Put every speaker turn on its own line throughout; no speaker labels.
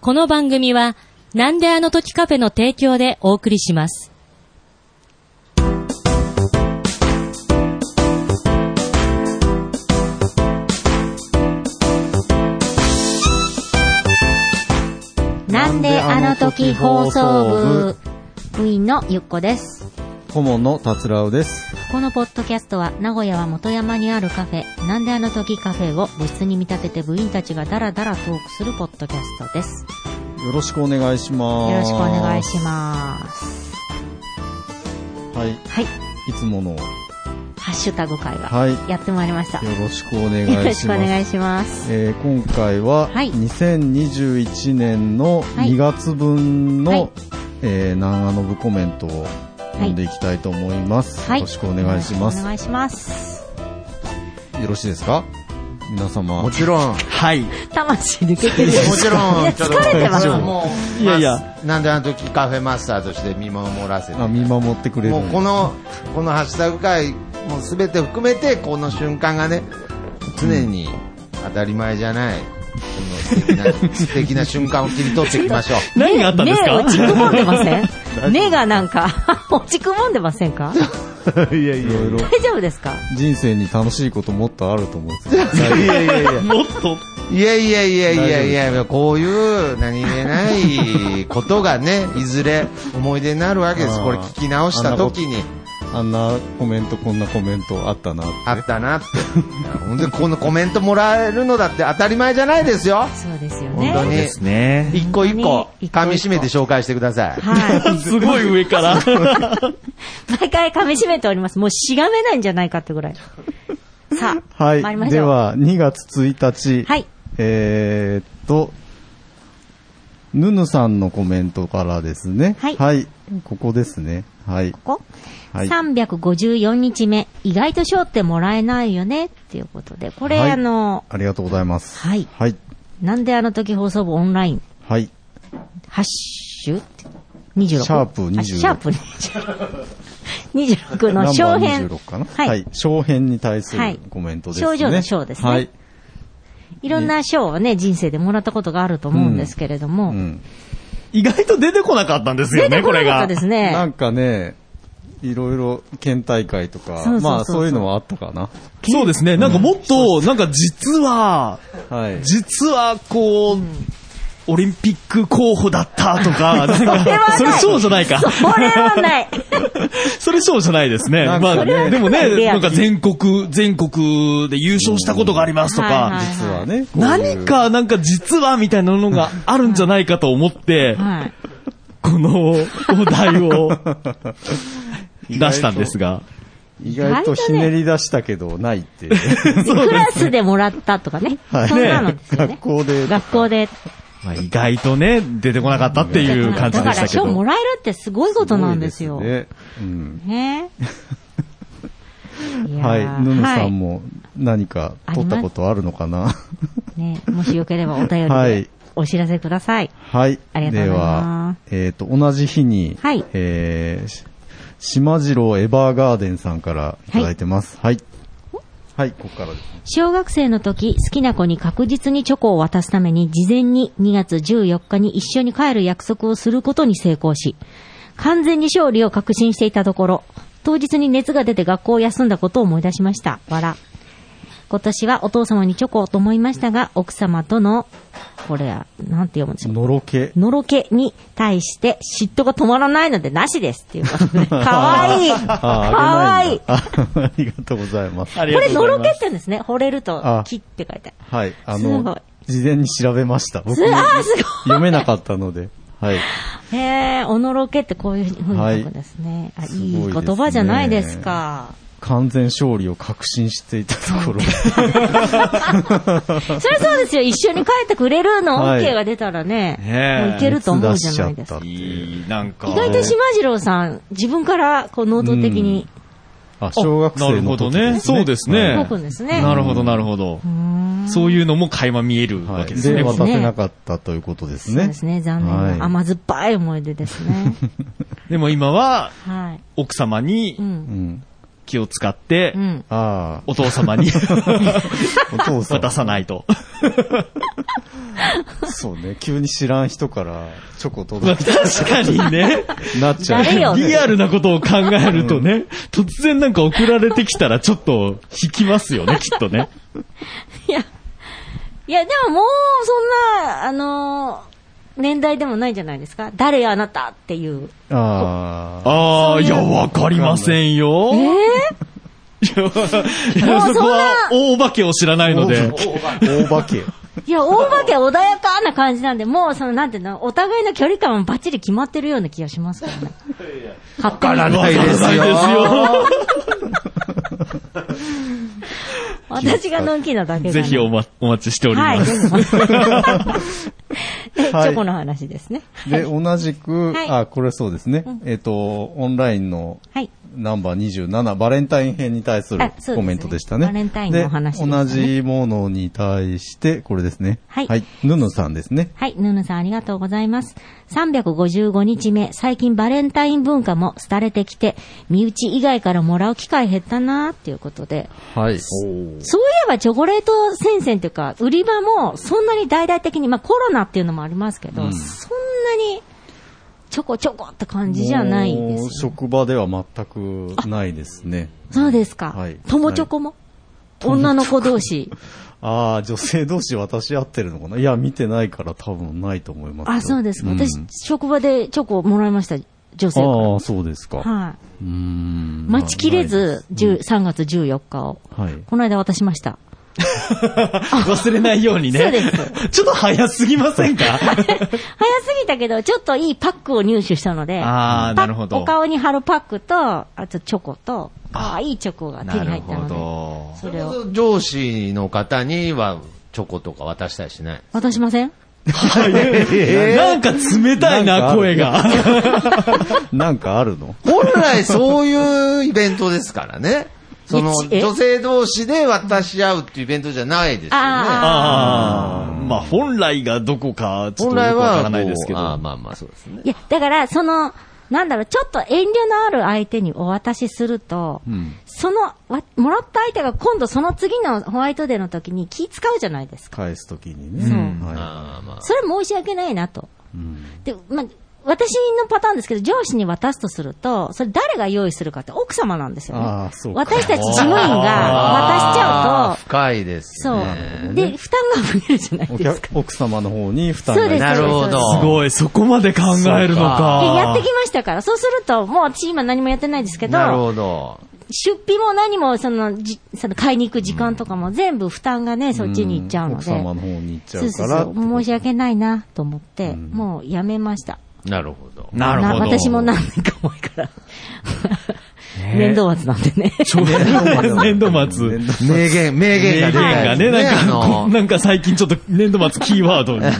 この番組は、なんであの時カフェの提供でお送りします。
なんであの時放送部部員のゆっこです。
顧問の達郎です。
このポッドキャストは名古屋は元山にあるカフェ、なんであの時カフェを部室に見立てて部員たちがダラダラトークするポッドキャストです。
よろしくお願いしま
よ
す。
ろしくお願いします。
す。はい。
はい。
いつもの、
ハッシュタグ会が
はい。よ
やってまいりました。よ
ろしくお願いします。
ろしくお願いします。
えー今回は、
はい
2021年の
い
2月分の、
はい
えー長野部コメントを読んでいきたいと思います。
はい。
よろしくお願いします。
お願いします。
よろしいですか皆様
も。ちろん。
はい。
魂抜けて るよ。
もちろ
い
ん。
や疲れてます
ちょっと
も
いやいや。
まあなんであの時カフェマスターとして見守らせて。
あ、見守ってくれる。
もうこの、このハッシュタグ会、もうすべて含めて、この瞬間がね、常に当たり前じゃない、この素敵な、素敵な瞬間を切り取っていきましょう。
う。
何があったんですか
ね落ちくぼんでま せんねがなんか、落ちくぼんでませんか
いやいろいろ。
大丈夫ですか
人生に楽しいこともっとあると思うんです よ。
いやいやいや。
もっと。
いやいやいやいやいやいや、こういう何気ないことがね、いずれ思い出になるわけです。これ聞き直した時に、
あんなコメント、こんなコメントあったなって。
あったなって。本当にこのコメントもらえるのだって当たり前じゃないですよ。
そうですよ
本
ね。
当に。
ね。
一個一個、噛み締めて紹介してください。
は
すごい上から。
い。毎回噛み締めております。もうしがめないんじゃないかってぐらい。さあ、
は
参りま
い。
し
で
ょう。
は、2月1日。
はい。
えーっと、ヌヌさんのコメントからですね。
はい
ここですね。はい。
ここ、
はい
354日目、意外と賞ってもらえないよねっていうことで、これ、
はい
あの、
ありがとうございます。
はい
はい。
なんであの時放送部オンライン、
はい。
ハッシュって26。
シャープ26
あシャープ26。26の
ナ
小
ンバ
編
ー。26かな。
はい
小編に対す
は
る
い
コメントですね。
症状の章ですね
はい。
いろんな賞をね、人生でもらったことがあると思うんですけれども、
うん。
意外と出てこなかったんですよ
出て
ね、
こ
こ
な
れ
かった
が
で。す
な
ね。
んかね、いろいろ県大会と
そうそうそ
か、
う
まあそういうのはあったかな。
そうですね。なんかもっと、なんか実は、
はい。
実はこう、オリンピック候補だったとか、なん
それはな
か
い
それ賞じゃないか。
これはない。
それ賞じゃないですね。
なんか
まあ、
それは
でも
かなり
ね、
レア
なんか全国、全国で優勝したことがありますと
はいはい
か、
実はね。こういう
何かなんか実はみたいなのがあるんじゃないかと思って、
はい。
このお題を出したんですが。
意外とひねり出したけど、ないっていう。
クラスでもらったとかね。
はい
そんなのですよね
学。校で。
学校で。
まあ、意外とね、出てこなかったっていう感じ
だ
で
から
したけ
賞も
ど。
らえるってすごいことなんですよ。
ごい
ね
ねうん
いや
はい
ー。
ヌヌさんも何か取ったことあるのかな
はいね、もしよければお便り
は
で
い
お知らせください。
はい。
ありがとうございます
では、えっ、と、同じ日に、
はい
えーし島次郎エバーガーデンさんからいただいてます。はい。はい、ここからですね。
小学生の時、好きな子に確実にチョコを渡すために、事前に2月14日に一緒に帰る約束をすることに成功し、完全に勝利を確信していたところ、当日に熱が出て学校を休んだことを思い出しました。笑。今年はお父様にチョコをと思いましたが、奥様との、これは、なんて読むんでしょう。
のろけ。
のろけに対して嫉妬が止まらないのでなしですっていうこと で。かわいいか
あ
わ
あ
い
げ
い
ないんだあありがとうございます。
あり
こ
がと
れ、
う
の
ござ
ろ
いま
けっ
す
て言うんですね。惚れると、木って書いてある。
はい、あ
すごい
の、事前に調べました。僕
す、あー、す
読めなかったので。はい。
ごい。へえ、おのろけってこういうふうに書くんですね。
は
あい
い
い
すごいですね
言葉じゃないですか。
完全勝利を確信していたところ。
そりゃそうですよ。一緒に帰ってくれるの
はい
OK が出たらね、
ねえ
もういけると思うじゃないですか。
熱出しちゃった
いい、なんか。
意外と島次郎さん、自分からこう能動的に
あ、小学生の時
なるほどねそうですね
動くんですね。
なるほど、なるほど。
うん
そういうのも垣間見える
は
わ
い。
けです
で、
ね。
渡せなかったということです
そう
ね。
ですね。残念
はい
な甘酸っぱい思い出ですね。
でも今は、
はい。
奥様に
う。
うんん。
気を使って
う、ん。
ああ、
お父様に
お父さん。
渡さないと。
そうね、急に知らん人からチョコ
まあ
届い
確かにね。
て、なっちゃう。
誰よ
リアルなことを考えるとね、突然なんか送られてきたらちょっと引きますよね、きっとね。
いや、いや、でももう、そんな、あのー年代でもないじゃないですか。誰やあなたっていう。
ああ。
ああ、いや、わかりませんよ。えいや、いや
もうそんな
そこは大化けを知らないので。
大化け。
いや、大化け穏やかな感じなんで、もう、その、なんていうの、お互いの距離感もバッチリ決まってるような気がしますからね。勝手に。
らないです
わからないですよ
よ。
私がのんきなだけだ
ぜひお,、ま、お待ちしており
はい、
ま
ぜ
す。
ひお待ち で、チ
はい
ョコの話ですね。
で、同じく、
はい
あ、これそうですね。えっと、オンラインの
はい。
ナンバー27、バレンタイン編に対す
あ
る
そうですね
コメントでしたね。
バレンタインのお話でし
で
たね
同じものに対して、これですね。
はい
ぬぬさんですね。
はい、ヌヌさんありがとうございます。355日目、最近バレンタイン文化も廃れてきて、身内以外からもらう機会減ったなーっていうことで。
はい。
そういえばチョコレート戦線というか、売り場もそんなに大々的に、まあコロナっていうのもありますけど、そんなにチョコチョコって感じじゃないで
もう
すよ。
職場では全くないですね。
そうですか。
はい
友チョコも、女の子同士。
ああ、女性同士渡し合ってるのかないや、見てないから多分ないと思いますよ。
あ、そうですか。
ん
私、職場でチョコもらいました、女性から。
ああ、そうですか。
は
うー
い。
ん
待ちきれず、10 3月14日を。
はい。
この間渡しました。
忘れないようにね。
そうです
ちょっと早すぎませ んか
早すぎたけど、ちょっといいパックを入手したので、
ああ、
パ
なるほ
お
ど。
顔に貼るパックと、あとチョコと、ああ、いいチョコが手に
な
入
る
った
ほ
ので、。
ど
それを
上司の方にはチョコとか渡したりしない。
渡しません
なんか冷たい
なんかあ
な、
る
声が。
なんかあるの
本来そういうイベントですか らね。その、
いちえ
女性同士で渡し合うっていうイベントじゃないですよね。
ああ、まあ本来がどこか、ちょっ
本
とよ
来
くわか
は
ら
こ
な
う、
いですけど。
あーまあまあそうですね。
いや、だから、その、なんだろう、ちょっと遠慮のある相手にお渡しすると、そのわ、もらった相手が今度その次のホワイトデーの時に気使うじゃないですか。
返すときに
そう
ね。は
あーまあ
それ申し訳ないなと。
い。うん
で、まあ、私のパターンですけど、上司に渡すとすると、それ誰が用意するかって奥様なんですよね。
ああそうか
私たち事務員が渡しちゃ
あ
う
ー
と、
深いです
そう、
ね。
で、負担が増えるじゃない
お
です
客
か。
奥様の方に負担
そう
が
です。
なるほど
そうです
すごい、そこまで考えるの
でや
か
っ。てきましたから、そうすると、もう私今何もやってないですけ
なる
ど、
ほど。
出費も何も、その、じその買いに行く時間とかも全部負担がね、そっちに行っちゃうの
奥
で。
様の方に行っちゃ
そう
う
そ
か
う
ら
そう。 申し訳ないなと思って、もうやめました。
なるほど。
なるほど。
私も何年か前から。面倒末なんでね。
ちょうど年度末。
名言、名
名
言が出た
言が
やつね
ね、なんか、こ
あ
う
の、
なんか最近ちょっと年度末キーワードにね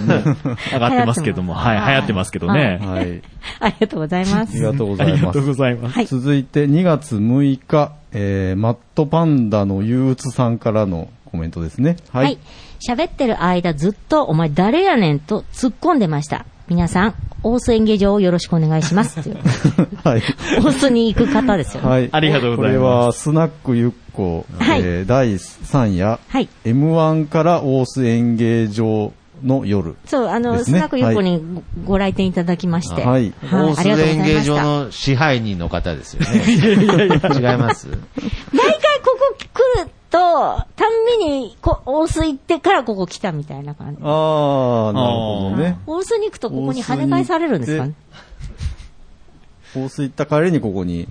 上がってますけども、
流行って
は
ます
い、流行ってますけどね。
はい。
ありがとうございま
あり
す。
がとうご
あ
ざい
りが
ま
とう
す。
ございます。
はい
続いて2月6日、えー、マットパンダの憂鬱さんからのコメントですね。は
はい
い。。
喋ってる間ずっと、お前誰やねんと突っ込んでました。皆さん、大須演芸場をよろしくお願いします。っていう
はい。
大須に行く方ですよね。
はい。
ありがとうございます
これは、スナックゆっこ、
はい
えー、第3夜、
はい。
M1 から大須演芸場の夜。
そう、あの、
です
ス
ね
ナック横にごご来店いただきまして。
はい
ありがとう
大
ご
須
ざい
演
ま
芸
し
場
た。
の支配人の方ですよね。違います
毎回ここ来ると、たんびにこ大須行ってからここ来たみたいな感じ。
あー、なるほどね。
大須に行くとここに跳ね返されるんですかね。
大須行った帰りにここに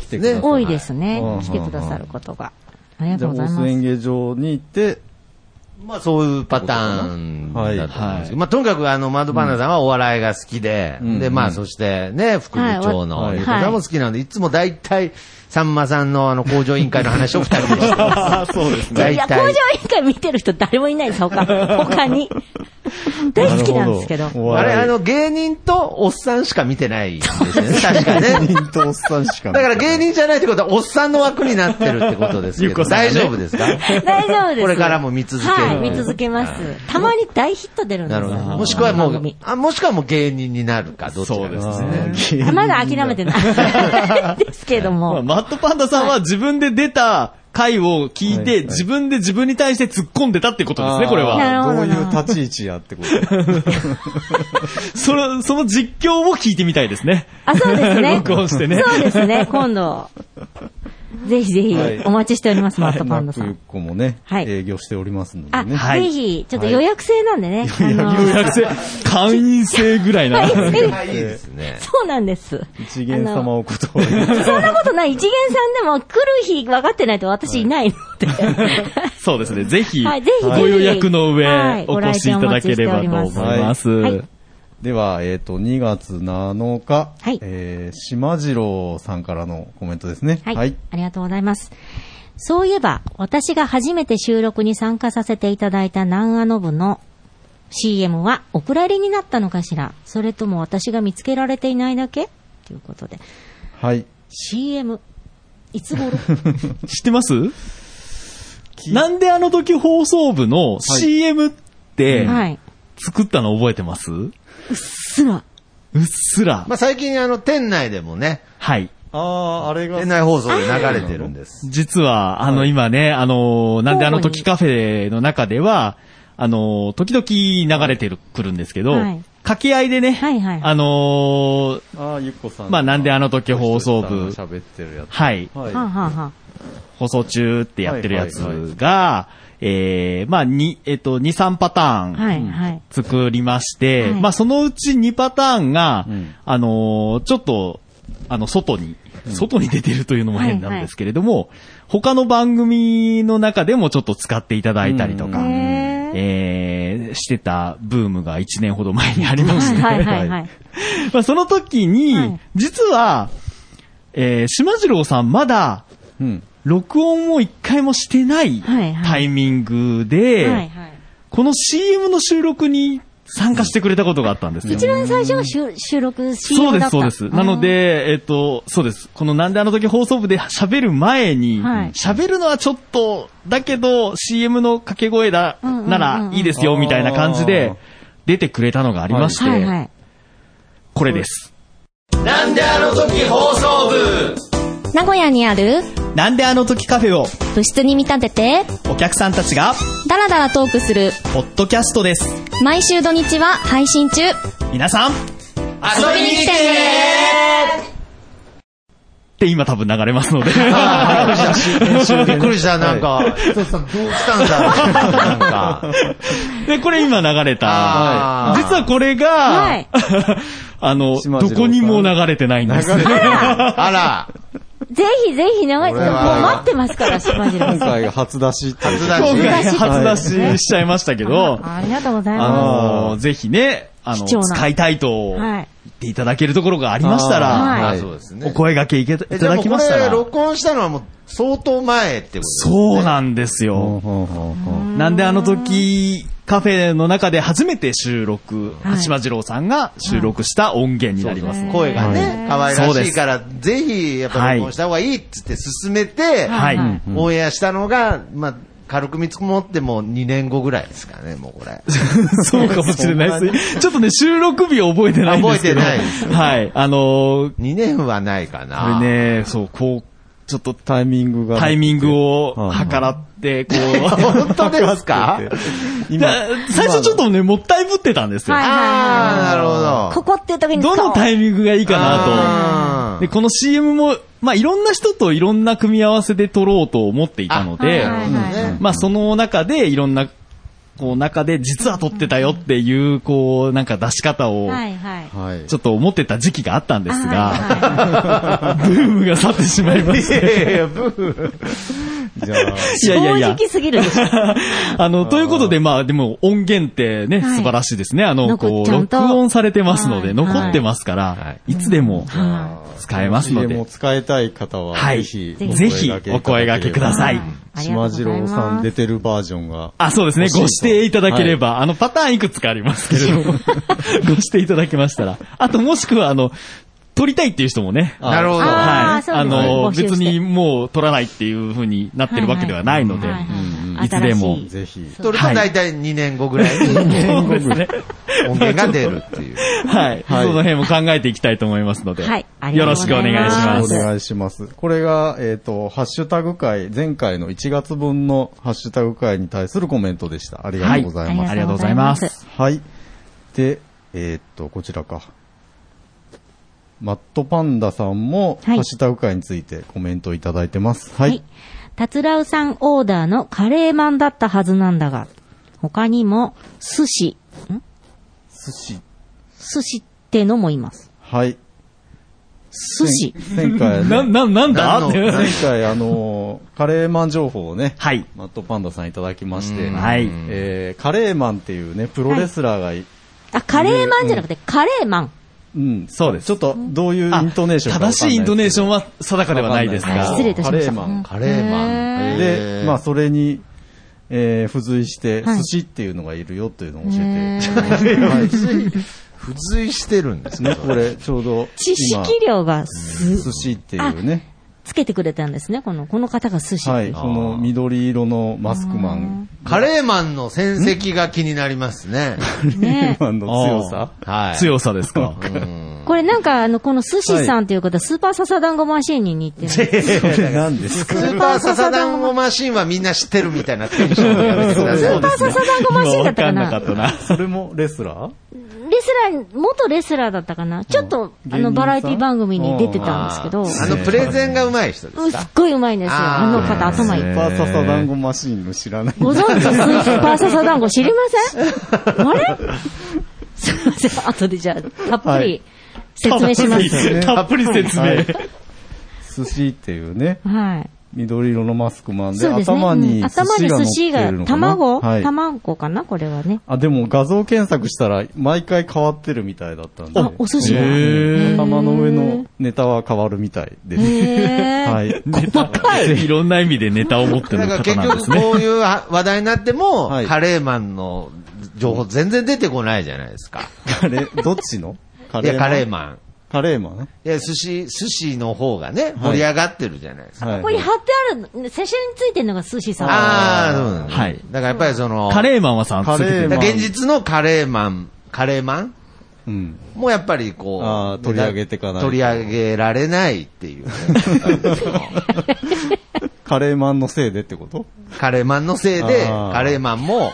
来てくださ
ね
い。
多いですね
は。い
来てくださることが。ありが
じ
と
ゃ
う
あ、
ご
大
ざい
須
ます
演。芸場に行って、
まあそういうパターンだと思うんですけど、
はいはい
まあとにかくあの、マドバナさんはお笑いが好きで、
うん
で、まあそしてね、副部長の
はい
ゆうたさんも好きなんで、い、つも大体、さんまさんのあの、工場委員会の話を二人でしてます。
あー そうですね。
大
いや、工場委
体。
員会見てる人誰もいないです、他。他に。大好きなんですけど。
るほお
あれ、
笑い
あの、芸人とおっさんしか見てないんですよね。確かね。
芸人とおっさんしか
だから
芸
芸人じゃないってことは、おっさんの枠になってるってことですけ
ゆっこ
ど、
さんがね
大丈夫ですか
大丈夫です。
これからも見続ける
はい、見続けます。たまに大ヒット出るんです
な
よ
るほど。
この
もしくはも
番
う
組、
あもしくはもう芸人になるか、どっちか
そうですね。
あまだ諦めてない。ですけど
まあ
も。
マットパンダさんは自分で出た回を聞い
はいは
て、
い
自分で自分に対して突っ込んでたってことですね、これ
あー
は。
なるほどな
どういう立ち位置やってこと。
その、その実況を聞いてみたいですね。
あ、そうですね。
録音してね
そうですね、今度。ぜひぜひ
はい、
お待ちしております、マットパ
マ
ンダ
ッ
さ
ク
ん。
子もね、
はい
営業しておりますの
あ、
でね。
はい
ぜひ、ちょっと予約制なんでね。あの
予約制、会員制ぐらいな。
いいですね。
そうなんです。
一元様お断り。
そんなことない。一元さんでも来る日分かってないと私いないの で。
そうですね。ぜひ、
はいぜひぜひ
ご予約の
はい
上、
ご
お
来
越しい
店
た
お
だ
待ち
け
して
れ
お
ば
り
と
ます
思います。
はい
では、えっ、と、2月7日、
はい
えー、島次郎さんからのコメントですね。
はい、ありがとうございます。そういえば、私が初めて収録に参加させていただいた南アノブの CM はお蔵入りになったのかしらそれとも私が見つけられていないだけということで。
はい。
CM。いつ 頃
知ってますなんであの時放送部の CM って、
はい。
作ったの覚えてますう
すら。
っすら
ま。あ、最近、あの、店内でもね、
はい。
あー、あれが
店内放送で流れてるんです。
実は、あの、今ね、あの、なんであの時カフェの中では、あの、時々流れてるくるんですけど、
はい
掛け合いでね、
はいはい
あの、
あー、ゆっこさん。
まあなんであの時放送部
ゆっこさんが喋ってるやつ。
はい、
はい。
はあ、はあはあ、
放送中ってやってるやつ
はいはいはい
が、ええまあ、に、えっと、2、3パタ
は
ー
い、
ン
はい。
作りまして、
はい
まあ、そのうち2パターンが、
うん
あのーちょっと、あの、外に、外に出てるというのも変なんですけれども、他の番組の中でもちょっと使っていただいたりとか、
う
へ
ん
え
えーしてたブームが1年ほど前にありまして、
はい、 はい、はい。
まあ、その時に、
はい
実は、えー、島次郎さんまだ、
うん。
録音を一回もしてない
はいはい
タイミングで、
はい、はい。
この CM の収録に参加してくれたことがあったんですよ。
一番最初が収収録
そう
CM
で
だ
す、
った
そうです。なの、で、えっと、そうです。このなんであの時放送部で喋る前に
はい、
喋、るのはちょっと、だけど CM の掛け声だ、
うんうんうんうん
ならいいですよ、みたいな感じ
あー
で、出てくれたのがありまして、
はい、はい。
これです。
なんであの時放送部
名古屋にある
なんであの時カフェを
部室に見立てて、
お客さんたちが、
ダラダラトークする、
ポッドキャストです。
毎週土日は配信中。
皆さん、
遊びに来てね
って今多分流れますので。
ーびっくりした、なんか。ひとつさんどうしたんだろうなんか。
で、これ今流れた
あ。ー
実はこれが、
はい
あの、
島次郎
ど
さん
こにも流れてないんです。
あら、
ぜひぜひ長いです
これ
よ。もう
は
待ってますから、島次郎
今
さん。
回が初出しっていう。
初出し
今回
はい
初出ししちゃいましたけど、
ありがとうござい
あ
ま
の、ぜひね、あの、
貴重な
使いたいと
す。
言
はい。
っていただけるところがありました
はい
ら、
あそうです
お
ね。
声掛けいけ
え
い
じ
た
ゃあ
だ
もう
き
こ
ました
れ、
ら、
録音したのはもう相当前ってことですね
そうなんです
ほう
よ。
ほうほうほう
なんであの時、カフェの中で初めて収録、
はい
島次郎さんが収録した音源になります。
声がね、可愛らしいから、ぜひ、やっぱ録音した方がいいっつって進めて、
はい。
はい
オンエアしたのが、まあ、軽く見積もっても2年後ぐらいですからね、もうこれ。
そうかもしれないです。ちょっとね、収録日覚えてないんですけど。
覚えてないです
はい。あのー、
2年はないか
こ
な。
れね、そう、こう、ちょっと
タイミングが。
タイミングを
はい
計らって、こ
本当ですか
う、
今
だ最初ちょっとね、もったいぶってたんですよ。
は
ああ、なる
こ
ほど。
こっていう時に使お
ど
う。
のタイミングがいいかな
あ
と。
ー
で、この CM も、まあ、いろんな人といろんな組み合わせで撮ろうと思っていたので、
あはいはい
うん
まあ、その中でいろんな、こう、中で実は撮ってたよっていう、こう、なんか出し方を、
はいはい。
はい。
ちょっと思ってた時期があったんです
あ
が、
はいはい
ブームが去ってしまいまして。
じゃあ、
いやいやい
正
や。
直すぎるでしょ。
あの、ということで、まあ、でも音源ってね、
はい
素晴らしいですね。あの、
残
こ
っ
う、
ちゃう
録
と
音されてますの
は
で、
い
残ってますか
は
ら、いつでも
は
使えますの
CM を
で、
使いたい方は、
はい。
ぜひ、
ぜひ、お声掛けください
は。い
島次郎さん出てるバージョンが。
あ、そうですね。
欲しい
ご
と
指定いただければ、あの、パターンいくつかありますけれども、 ご指定いただけましたら。あと、もしくは、あの、撮りたいっていう人もね、
なるほど。
あー
はい。
そうですね
の、
募集して
別にもう取らないっていう風になってるわけではないので、
はいはいはいはい
いつで
新
も
しい。
ぜひ。
それと大体2年後ぐらいに
そうですね。
音源が出るっていう。
はい。その辺も考えていきたいと思いますので。
はいあり
よ
がとう
ろ
ござ
しくお
います
願いし
お
ます。
願いします。これが、えっ、と、ハッシュタグ会、前回の1月分のハッシュタグ会に対するコメントでした。ありがとうございます。
ありがとうございます。
はい。で、えーっと、こちらか。マットパンダさんも、
はい
ハッシュタグ会についてコメントいただいてます。はい。
はい。たつらうさんオーダーのカレーマンだったはずなんだが、他にも、寿司、ん
寿司。
寿司ってのもいます。
はい。
寿司。
前前回、
な、な、なん
何
だ
の
前回、あのーカレーマン情報をね、
はい。
マットパンダさんいただきまし
う
て、
ん
はい
えーカレーマンっていうね、プロレスラーがい、
あ、カレーマンじゃなくて、カレーマン。
うん、
そうです
ちょっと、どういうイ
あ
ントネーションかわかんな
正しいイントネーションは定かではないです
わかんあ
が
失。礼いたしました
カレーマン。
カレーマン。
で、まあ、
あ、
それに、えー、付随して、
はい
寿司っていうのがいるよっていうのを教えて、
付随してるんですね
ね、。 これ、ちょうど、
知識量がす、
今寿司っていうね、
つけてくれたんですね。この、この方が寿司。
はい、その緑色のマスクマン、
カレーマンの戦績が気になりますね。
ね
マンの強さ。
はい。
強さですか。
これなんか、あの、この寿司さんという方、スーパーササダンゴマシーンに似てる。
それなんです
ス ーパーササダンゴマシンはみんな知ってるみたいなテンションでやめてください。
スーパーササダンゴマシーンだったか
今
な
わかんなかった
そ
な。
れもレスラー
レスラー、元レスラーだったかなちょっと、
うん
あの、
芸人さん
バラエティ番組に出てたんですけど、
あのプレゼンが上手い人で
う
す
んすっ
か
ごいうまいんですよ。
あー
あの方、頭い
ス
い
ー。パーササダンゴマシーンの知らない。
ご存知、スーパーササダンゴ知りませんあれすいません、後でじゃあ、たっぷ
は
り
い
説明します。
たっぷり説明。
はい寿司っていうね、
はい。
緑色のマスクマンで、
そうですね。
頭
う
に
ん
寿
頭に寿司
司が乗
が
ってるの、かな。
卵
はい。
卵かなこれはね。
あ、でも画像検索したら毎回変わってるみたいだったんで。
あお寿司が
えー
へー
頭の上のネタは変わるみたいです。
へー
はい。
ネタ、いろんな意味でネタを持って
だ
る
から
方
結
なんです
局
ね。
こういうは話題になっても、
はい
カレーマンの情報全然出てこないじゃないですか。
カレー、どっちのカ
いや、カレー
ン。
マン。
カレーマンね。
いや、寿司、寿司の方がね、盛り上がってるじゃないですか。
はい
ここに貼ってある、写真ついてるのが寿司さん。
ああ、そうなんだ、
はい
だからやっぱりその、
カレーマンはさんつけて
ー
る
マ
だ
ン
から現実のカレーマン、カレーマン
うん。
もうやっぱりこ
あー
う、
取り上げてかないと
取り上げられないってい うね、
カレーマンのせいでってこと
カレーマンのせいで、
あー
カレーマンも、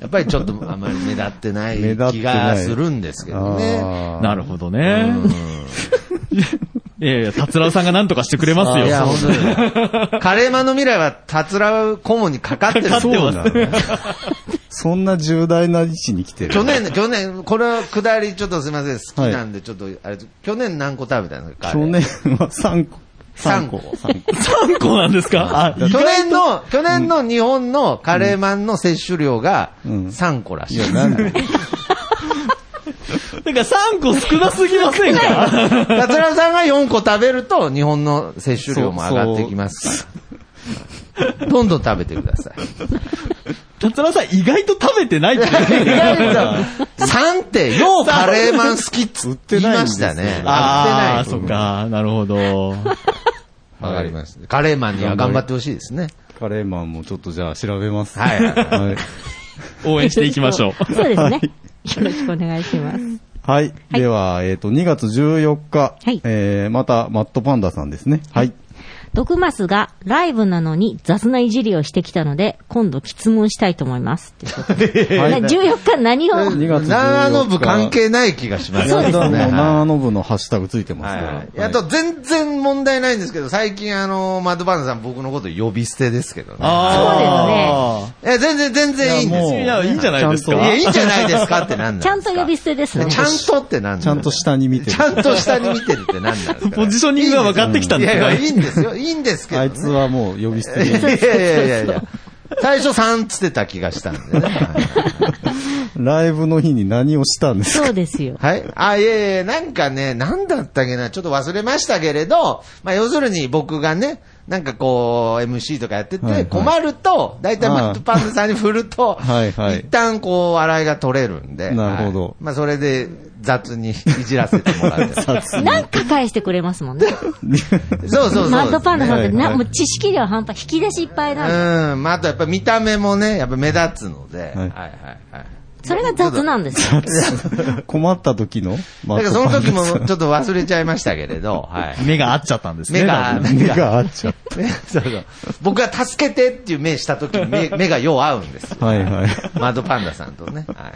やっぱりちょっとあまり目立ってない
目立ってない
気がするんですけどね。
あー
なるほどね。 いやいや、達郎さんが何とかしてくれますよ。
いや、
そう
本 当に。カレーマンの未来は、たつらうコモにかかってる。
かかってます
そう
そうだね。そんな重大な位置に来てる。
去年、去年、これは下り、ちょっとすみません、好きなんで、ちょっと、あれ、去年何個食べたんですかカレ
去
ー
年は3個。
三
三
個
三個。
3個なんですかあ、
去年の、去年の日本のカレーマンの摂取量が
うん
3個らし
い
いで
や、
す。
なんで
だから3個少なすぎませんか
桂さんが4個食べると日本の摂取量も上がってきますから。どんどん食べてください。
達郎さん意外と食べてないっていう。
3って、ようカレーマン好きっつって言いましたね。
ああ、
売
そ
っ
って
ない。
か。なるほ ど。
わかりました。カレーマンには頑張ってほしいですね。
カレーマンもちょっとじゃあ調べます。
はい
はい。
応援していきましょう。
そうですね。よろしくお願いします。
はい。では、えっ、と、2月14日。
はい
えー、また、マットパンダさんですね。はい。
毒マスがライブなのに雑ないじりをしてきたので、今度質問したいと思います。ということで
はい
な14日何を、
2月14日
長野部関係ない気がします
そうですね
もう
はい
長野部のハッシュタグついてますから。
はい、あと、全然問題ないんですけど、最近あの、マドバナさん僕のこと呼び捨てですけどね。
ああ。
え、全然、全然いいんですよ。
いや、いいんじゃないです
い
か。
や、いいんじゃないですかってなんなんです
ちゃ
か
んと呼び捨てですね。
ちゃんとってなんなん
ちゃんと下に見てる
ちゃんと下に見てるってなんなんですか
ポジショニングが分かってきたんです
い
ね
やいや、いいんですよ。いいんですけど、
あ
ね。
いつはもう呼び捨て
いやい
で。
やいやいや。最初3つってた気がしたんでね。
ライブの日に何をしたんですか
そうですよ。
はい。あ、いやいや、なんかね、なんだったっけな、ちょっと忘れましたけれど、まあ、要するに僕がね、なんかこう、MC とかやって
はいは
て、
い
困ると、大体マットパンダさんに振ると、
はいはい
一旦こう、笑いが取れるんで。
なるほど
はいまあ、それで、雑にいじらせても らって。 そう
なんか返してくれますもんね。
そうそう。
マッドパンダさんってな、
はいはい
もう知識量半端、引き出しいっぱいなんで。
うん。まあ、あとやっぱ見た目もね、やっぱ目立つので。はい
い
はいはい。
それが雑なんですよ。
困った時の
だからその時もちょっと忘れちゃいましたけれど、はい。
目が合っちゃったんですね。
目が
多分
目が合っちゃっ
ね そうそう。僕が助けてっていう目した時に目目がよう合うんですよ。
た。はいはい。
マッドパンダさんとね。はい。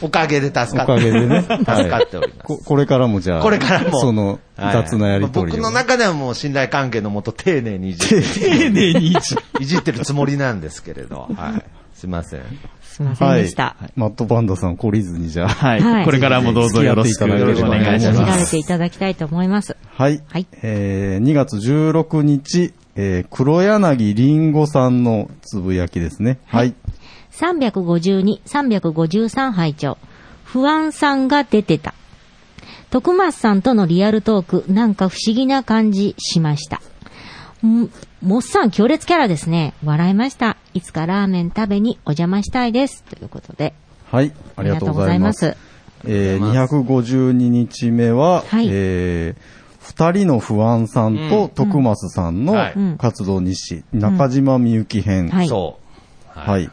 おかげで助
お
かって。
かげでね。
助かっておりま す。
ここれからもじゃあ、
これからも。
その
はい
雑なやりとりを。
僕の中ではもう信頼関係のもと丁寧にいじっ て、
丁寧に一応
いじってるつもりなんですけれど。はい。すいません。
すいませんでした。
はい。マットパンダさん懲りずにじゃあ。
はい、
はい
これからもどうぞよろしくお
付き合っていただければ
願いし
調
ま
べ
す。
ていただきたいと思います。
はい。
はい
えー、2月16日、えー、黒柳りんごさんのつぶやきですね。はい。
352、353拝聴不安さんが出てた。徳松さんとのリアルトーク、なんか不思議な感じしました。んもっさん強烈キャラですね。笑いました。いつかラーメン食べにお邪魔したいです。ということで。
はい。ありがとうございます。
ありがとう
えー、252日目は、
はい
えー二人の不安さんと徳松さんの
はい
活動日誌、中島みゆき編。
はい
そう。
はい。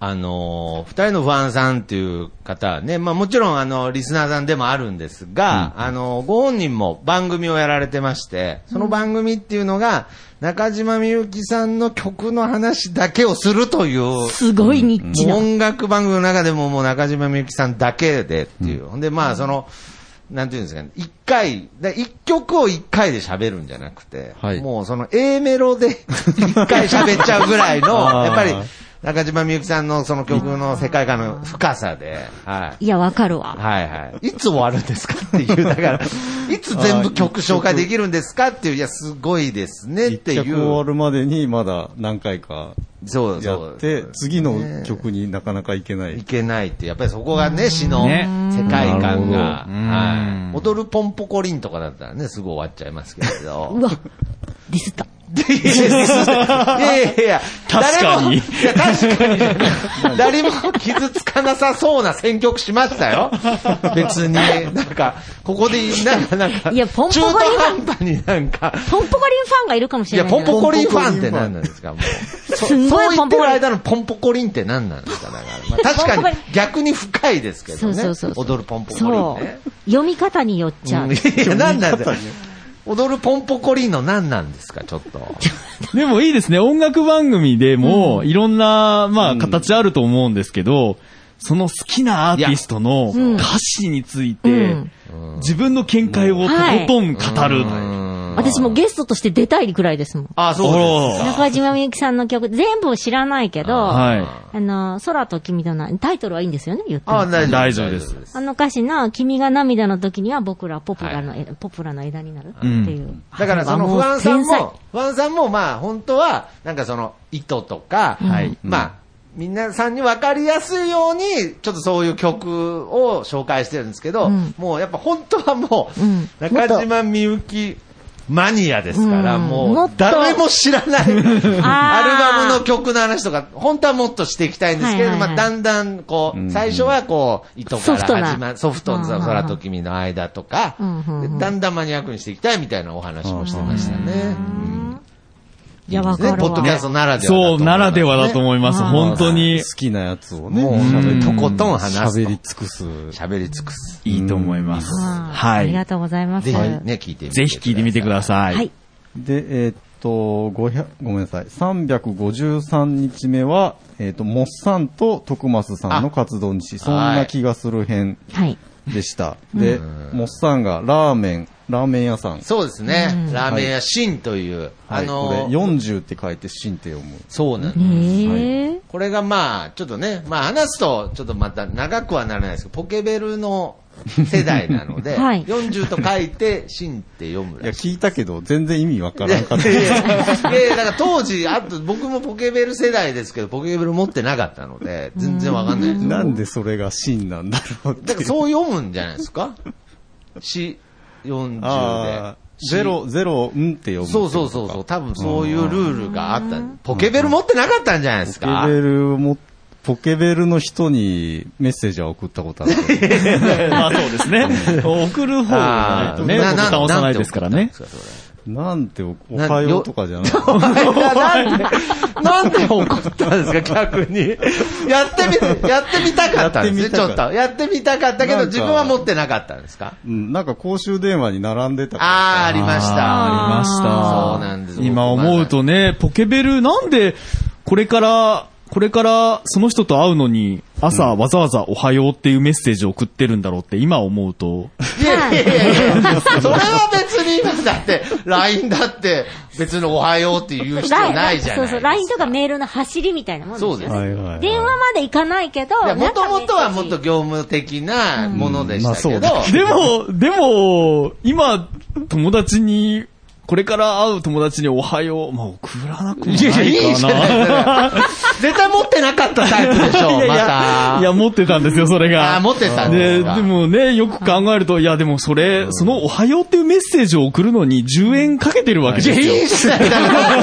あのー二人の不安さんっていう方はね、まあもちろんあの、リスナーさんでもあるんですが、あのーご本人も番組をやられてまして、その番組っていうのが、中島みゆきさんの曲の話だけをするという、
すごいニッチな。
音楽番組の中でももう中島みゆきさんだけでっていう。ほんで、まあその、なんていうんですかね、一回、だ一曲を一回で喋るんじゃなくて、
はい
もうその A メ ロで一回喋っちゃうぐらいの、
あー
やっぱり中島みゆきさんのその曲の世界観の深さで、はい。
いや、わかるわ。
はいはい。いつ終わるんですかっていう、だ から、いつ全部曲紹介できるんですかっていう、いや、すごいですねっ
一
てい
曲終わ
う。
るまでにまだ何回か
そう
や
そう。
って、次の曲になかなかいけない
い。けないって、やっぱりそこがね、詩の
ね
世界観が、
な
はい。踊るポンポコリンとかだったらね、すぐ終わっちゃいますけれ ど。
うわ、ディスった。
いやいやいや、
確
誰
かに
もいや、確かにじゃない。誰も傷つかなさそうな選曲しました よ。別に、なんか、ここで、なんか、なんか、
いやポンポコリン
中途半端になんか、
ポンポコリンファンがいるかもし
い
れ
や、
ないじゃ
ポ
な
ン
い。
ポコリンファンって何なんですか、もう。そ
すんごい
そう言
ポン
っ
ポ
て
コ
る
リン
間のポンポコリンって何なんですか、だから。まあ、確かに逆に深いですけどね。
そうそうそうそう
踊るポンポコ
そ
リンね。
う。読み方によっちゃう。
いや、何なんだよ。踊るポンポコリンの何なんですか、ちょっと。
でもいいですね。音楽番組でも、いろんな、まあ、形あると思うんですけど、その好きなアーティストの歌詞について
うん、
自分の見解をとことん語る。
私もゲストとして出たいくらいですもん。
あ、
お
そうです。
ろ
中島みゆきさんの曲、全部知らないけど、あ
は
の、空と君との、タイトルはいいんですよね、言っても
あ、大丈夫
大丈夫です
あの歌詞の、君が涙の時には僕らポプラの、
は
ポプラの枝になるって
うん
いう。
だからその不安さん
天才
も、不安さんもまあ本当は、なんかその糸とか、
い
まあ、みんなさんに分かりやすいように、ちょっとそういう曲を紹介してるんですけ
う
ど、
ん
もうやっぱ本当はもう、
うん
中島みゆきマニアですから、
うんも
も
っ
う
と
誰も 知らないアルバムの
曲。
曲の話とか、本当はもっとしていきたいんですけれど、
はいはいはい
まあだんだんこ
う
う、
ん
最初はこう、糸
ソ
か
フトな
ら始まる、ソフトの
うん
空と君の間とか、
うんうんうん
でだんだんマニアックにしていきたいみたいなお話もしてましたね。
いや、わ
ね
か、る
ポッドキャ
わ
ス。トなら
い。
ではだと思いますね。
そう、ならではだと思います。
ね
本当に
好。きなやつをね、
もう、
喋
と
り
ことん話す
喋
と
り。尽くす。
喋り尽くす。
いいと思います。
うん
は
あり
い。
がとうございます。
ぜひ
は
ね、聞いてみてください。
ぜひ聞いてみてください。
い。
で、えーっと、500ごめんなさい。353日目は、えーっと、モッサンと徳増さんの活動日誌、そんな気がする編
はい。
でした。で、モッサンがラーメン、ラーメン屋さん。
そうですね。ラーメン屋シンという、あ
はい、これ
の、
40って書いて新って読む。
そうなんです。
ねえ。
これがまあ、ちょっとね、まあ話すと、ちょっとまた長くはならないですけど、ポケベルの世代なの で、
はい
40と書いて、シンって読む
いや、
らしい。
聞いたけど、全然意味わか
いや
らん
い
かった。
やいや、だから当時、あと僕もポケベル世代ですけど、ポケベル持ってなかったので、全然わかんないですよ。
なんでそれが真なんだろうって
だからそう読むんじゃないですか?し、40
あ
で。
ゼロ、ゼロ、うんって呼ぶ。
そうそうそうそう、多分そういうルールがあった。ポケベル持ってなかったんじゃないです
ポケ
か。
ベルも、ポケベルの人にメッセージは送ったことある。
まあそうですね。送る方
あ
は
ー
ね、ボタン押さない
て
ですからね。
送ったんですか
なんてお、お
な
はようとかじゃない
それなんで怒ったんですか、逆に。やってみ、やってみたかったんですね、ち
やってみ
ょっ
たかった
と。やってみたかったけ
なんか
ど、自分は持ってなかったんですか
うん、なんか公衆電話に並んでたからさ
あー、ありました。
ありました。
そうなんです
今思うとね、ポケベルなんで、これから、これからその人と会うのに、朝わざわざおはようっていうメッセージを送ってるんだろうって今思うと、
いやいやいやいや、それは別に、だって、LINE だって、別におはようって言う必要ないじゃない
そうそう、LINE とかメールの走りみたいなもんですよ
そう
ね
です
はいはいはい
電話まで行かないけど、
いや、もともとは
なんか
もっ
メッセ
と
ージ
業務的なものでしたけ
うん
ど
まあ、
で も、でも、今、友達に、これから会う友達におはよう、まあ送らなくもない
いやいや、いいじ
か
ゃないです
な。
か。絶対持ってなかったタイプでしょ、また。
いや、持ってたんですよ、それが。
あー持ってたんで
で、
すか
でもね、よく考えると、いや、でもそれ、そのおはようっていうメッセージを送るのに10円かけてるわけ
いや
ですよ。
いいじゃない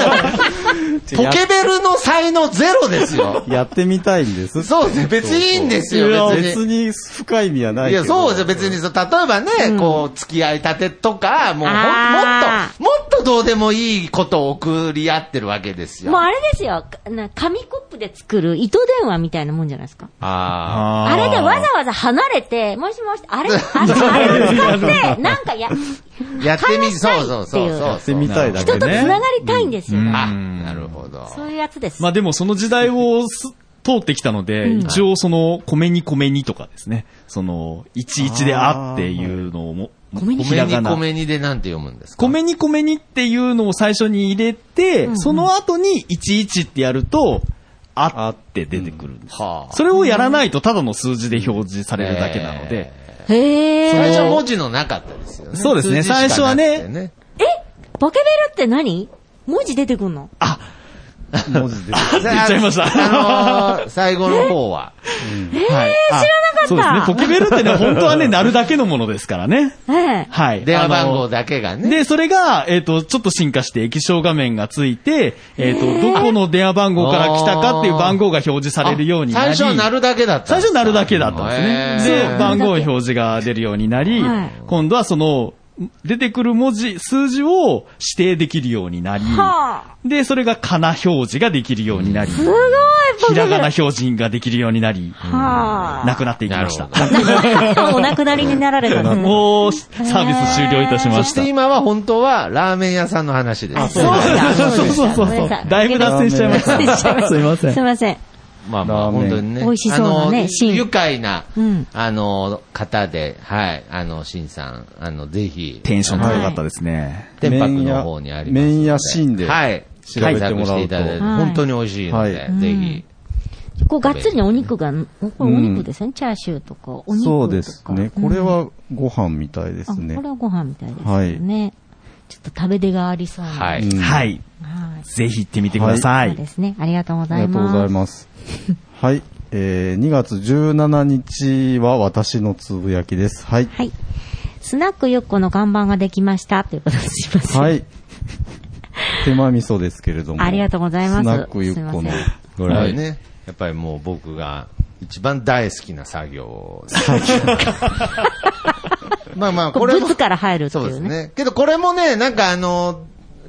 ですか。ポケベルの才能ゼロですよ。
やってみたいんです。
そうですね、別にいいんですよ、
いや
別
別
に。
に深い意味はない
い
けど。
や、そうですよ、別に、そう例えばね、こう、付き合いたてとか、もうほん、
あ
もっと、もっとどうでもいいことを送り合ってるわけですよ。
もうあれですよ、な紙コップで作る糸電話みたいなもんじゃないですか。
あ
あー
あれでわざわざ離れて、もしもし、あれ、あれ、あれを使って、なんかや、
あ、やってみ、そうそうそうそう。
やってみたいだ
人
け
と繋
ね。
がりたいんですよ。
うん
あ、なるほど。
そういうやつです。
まあでもその時代をす通ってきたので、
うん
一応その、米に米にとかですね、その、11であっていうのをも、
米に
ひ
米
ら
に
がな
米にでなんて読むんですか
米に米にっていうのを最初に入れて、その後に11ってやると、あって出てくるんです。
はあ。
それをやらないとただの数字で表示されるだけなので、
へえ。
最初文字のなかったですよね。
そうですね
数字しか
最初はね
なくてね。
ポケベルって何文字出てくんの
文字で。
あ、って
言っちゃいました
あのー、最後の方 は。
はい。知らなかったそうですね。ポケベルってね、本当はね、鳴るだけのものですからね。
ええ。
はい。
電話番
あ
号
の
だけがね。
で、それが、えっ、と、ちょっと進化して液晶画面がついて、えっ、と、どこの電話番号から来たかっていう番号が表示されるようにな
あ
り、
最初は鳴るだけだったん
最
ですか。
初鳴るだけだったんですね。
へー
で、番号表示が出るようになり
はい、
今度はその、出てくる文字、数字を指定できるようになり、
はあ。
で、それがかな表示ができるようになり、
すごい、ポケ
ひ
ベ
ら
ル。
がな表示ができるようになり、
はあ。
なくなっていきました。
な
お亡くなりになられたんです ね。
もう、サービス終了いたしま
そ
し
したて。 今は本当はラーメン屋さんの話です。
そうだ。
そうそうそう
ごめん
そう
なさ。い
だいぶ脱線しちゃいま
脱線しちゃいまし
した。
た
すいません
すい。ません。
まあまあ、
ラーメ
本
ン
当にね。
美味しそうなね
あの
シーン
愉快な
うん、
あの、方で、はい、あの、シンさん、あの、ぜひ、
テンション高かったですね。
天白の方にありますので。
麺屋シーンで
はい。
調べてもらうと
検索していただいて
はい
本当に美味しいので、
は
ぜ
い
ひ。
こう、がっつりお肉が、これお肉ですね。チャーシューとか、お肉とか。
そうですね。これ
うん、
はご飯みたいで
あ
すね
これ。はご飯みたいですよね。ちょっと食べ出がありそうな。
は
はい。
い。
うん
はい。ぜひ行ってみてくださ
そう
い
で。すね。ありがとうご
あ
ざ
り
い
がと
ま
うご
す。
ざいます。はい。えー、2月17日は私のつぶやきです。はい。
はい。スナックよっこの看板ができました。ということです。すいません。
はい。手間味噌ですけれども。
ありがとうございます
スナックゆっ
す
こ
いま
の
せん。
こ
ご
れは
来
ね、やっぱりもう僕が一番大好きな作業です まあまあ、
こ
これ
れ
も
ブツ。から入るってい
そう
う
です
ね。
ね。けどこれもね、なんかあの、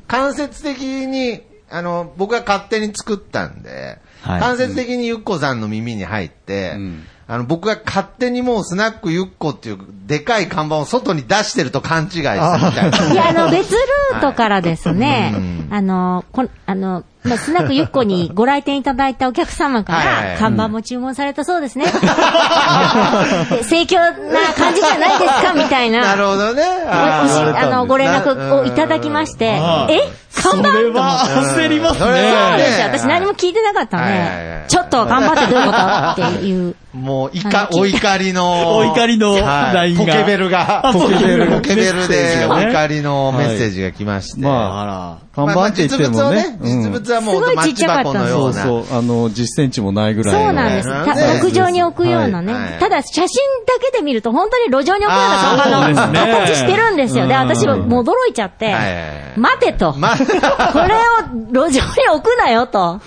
間接的に、あの、僕が勝手に作ったんで、
はい
間接的にゆっこさんの耳に入って、
うん
あの、僕が勝手にもうスナックゆっこっていうでかい看板を外に出してると勘違いしたみたいな。
いや、 あの、別ルートからですね、あの、こん、あの、まあ、スナックゆっこにご来店いただいたお客様か
はいはい
ら、看板も注文されたそうですね。盛況な感じじゃないですかみたいな。
なるほどね。
おおし
ー
あの、ご連絡をいただきまして、え
それは焦ります
それは
そう
ね。
ですよ。私何も聞いてなかったね。
はいはいはい
ちょっと頑張ってどういうことかって いう。
もう、いか、お怒りの、
お怒りの
はい
ラインが
ポケベルが、
あポケベル
ポケベル
メッセージ
で、
が
お
ね
怒りのメッセージが来まして。
ま
あ
看板って言ってもね。
まあまあ実物はね、実物はもう、
すごい
マ
ち
ッ
っち
チ
ゃかった
箱のよ
そうう
な。
そう、あの、10センチもないぐらいの。
そうなんです。
ね
た
ね
卓上に置くようなね。
はい
ただ、写真だけで見ると、本当に路上に置くような看板の
あーそう
形
ですね
してるんですよ。で、私はもう驚いちゃって
はいはいはい、
待てと。こ
ま
れを路上に置くなよと。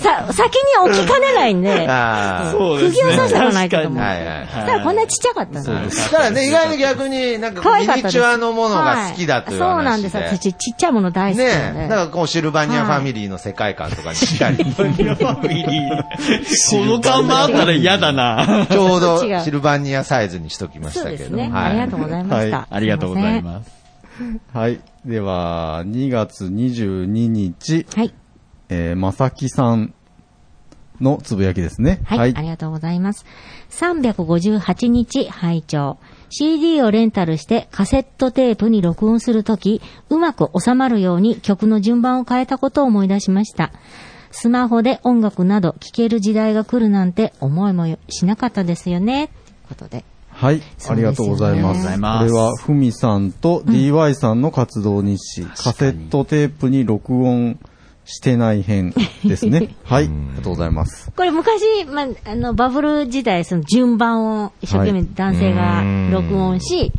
さ、先に置きかねないんで、
あー
そうですね。
釘を刺したくないけども
はいはいはい。
ただこんなちっちゃかったの。
だからね、意外と逆になん
可
かミ
愛かった
ニ
です。
チュアのものが好きだという話で、
はいそうなんです。私、ちっちゃいもの大好きなんで。
ねえ。だからこう、シルバニアファミリーの世界観とかにしっかり。
この看板あったら嫌だな。
ちょうど
違う
シルバニアサイズにしときまし
そう
たけ
です
ど。
ね、ありがとうございました。
はい
ありがとうございます。
はい。では、2月22日、
すいません。はい。
えー、まさきさんのつぶやきですね。
はい、ありがとうございます。358日拝聴 CD をレンタルしてカセットテープに録音するとき、うまく収まるように曲の順番を変えたことを思い出しました。スマホで音楽など聴ける時代が来るなんて思いもよしなかったですよね。ということで。
はい、
そ
あ
うですよね
りがとうございま
ありがとうござい
す。
ます
これは、ふみさんと DY さんの活動日誌、カセットテープに録音してない編ですね。はい、ありがとうございます。
これ昔、まあ、あの、バブル時代、その順番を一生懸命男性が録音し、